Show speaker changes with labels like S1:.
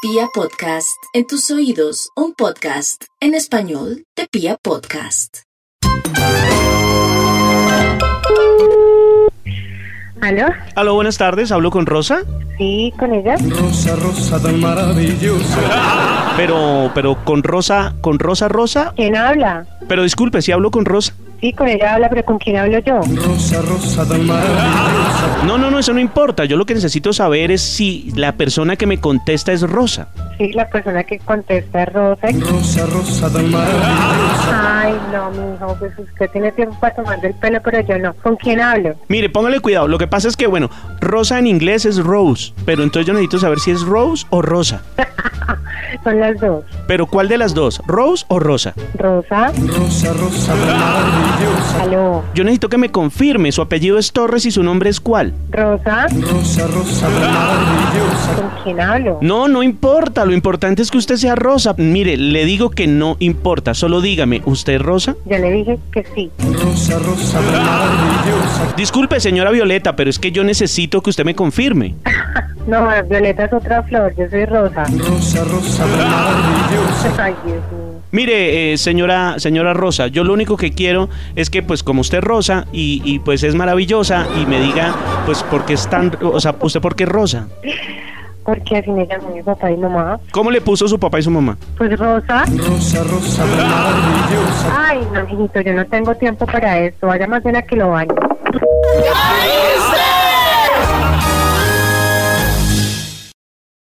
S1: Pia Podcast, en tus oídos, un podcast en español de Pia Podcast.
S2: ¿Aló?
S3: Aló, buenas tardes, hablo con Rosa,
S2: Sí, con ella.
S4: Rosa, rosa tan maravillosa.
S3: pero, pero con Rosa, con Rosa Rosa,
S2: ¿Quién habla?
S3: pero disculpe, si hablo con Rosa.
S2: Sí, con ella habla, pero ¿con quién hablo yo?
S4: Rosa, rosa tan maravillosa.
S3: No, no, no, eso no importa. Yo lo que necesito saber es si la persona que me contesta es Rosa.
S2: Sí, la persona que contesta es Rosa.
S4: Rosa, rosa tan maravillosa.
S2: Ay, no, mi hijo, pues usted tiene tiempo para tomarle el pelo, pero yo no. ¿Con quién hablo?
S3: Mire, póngale cuidado. Lo que pasa es que, bueno, Rosa en inglés es Rose, pero entonces yo necesito saber si es Rose o Rosa.
S2: Son las dos.
S3: Pero ¿cuál de las dos? ¿Rose o Rosa?
S2: Rosa,
S4: Rosa, rosa tan maravillosa.
S2: aló.
S3: Yo necesito que me confirme. Su apellido es Torres y su nombre es cuál.
S2: Rosa,
S4: Rosa, rosa tan maravillosa.
S2: ¿con quién hablo?
S3: No, no importa. Lo importante es que usted sea Rosa. Mire, le digo que no importa. Solo dígame, ¿usted es Rosa?
S2: Yo le dije que sí.
S4: Rosa, rosa tan maravillosa.
S3: Disculpe, señora Violeta, pero es que yo necesito que usted me confirme.
S2: No, Violeta es otra flor, yo soy Rosa.
S4: Rosa, rosa tan maravillosa.
S2: Ay, Dios mío.
S3: Mire, eh, señora, señora Rosa, yo lo único que quiero es que, pues, como usted es Rosa y, y, pues es maravillosa y me diga, pues, por qué es tan, o sea, usted por qué es Rosa.
S2: Porque así me llamó mi papá y mamá.
S3: ¿Cómo le puso su papá y su mamá?
S2: Pues Rosa.
S4: Rosa, rosa tan maravillosa.
S2: Ay, no, mijito, yo no tengo tiempo para esto. Vaya más bien a que lo bañe.
S5: ¡Ahí está!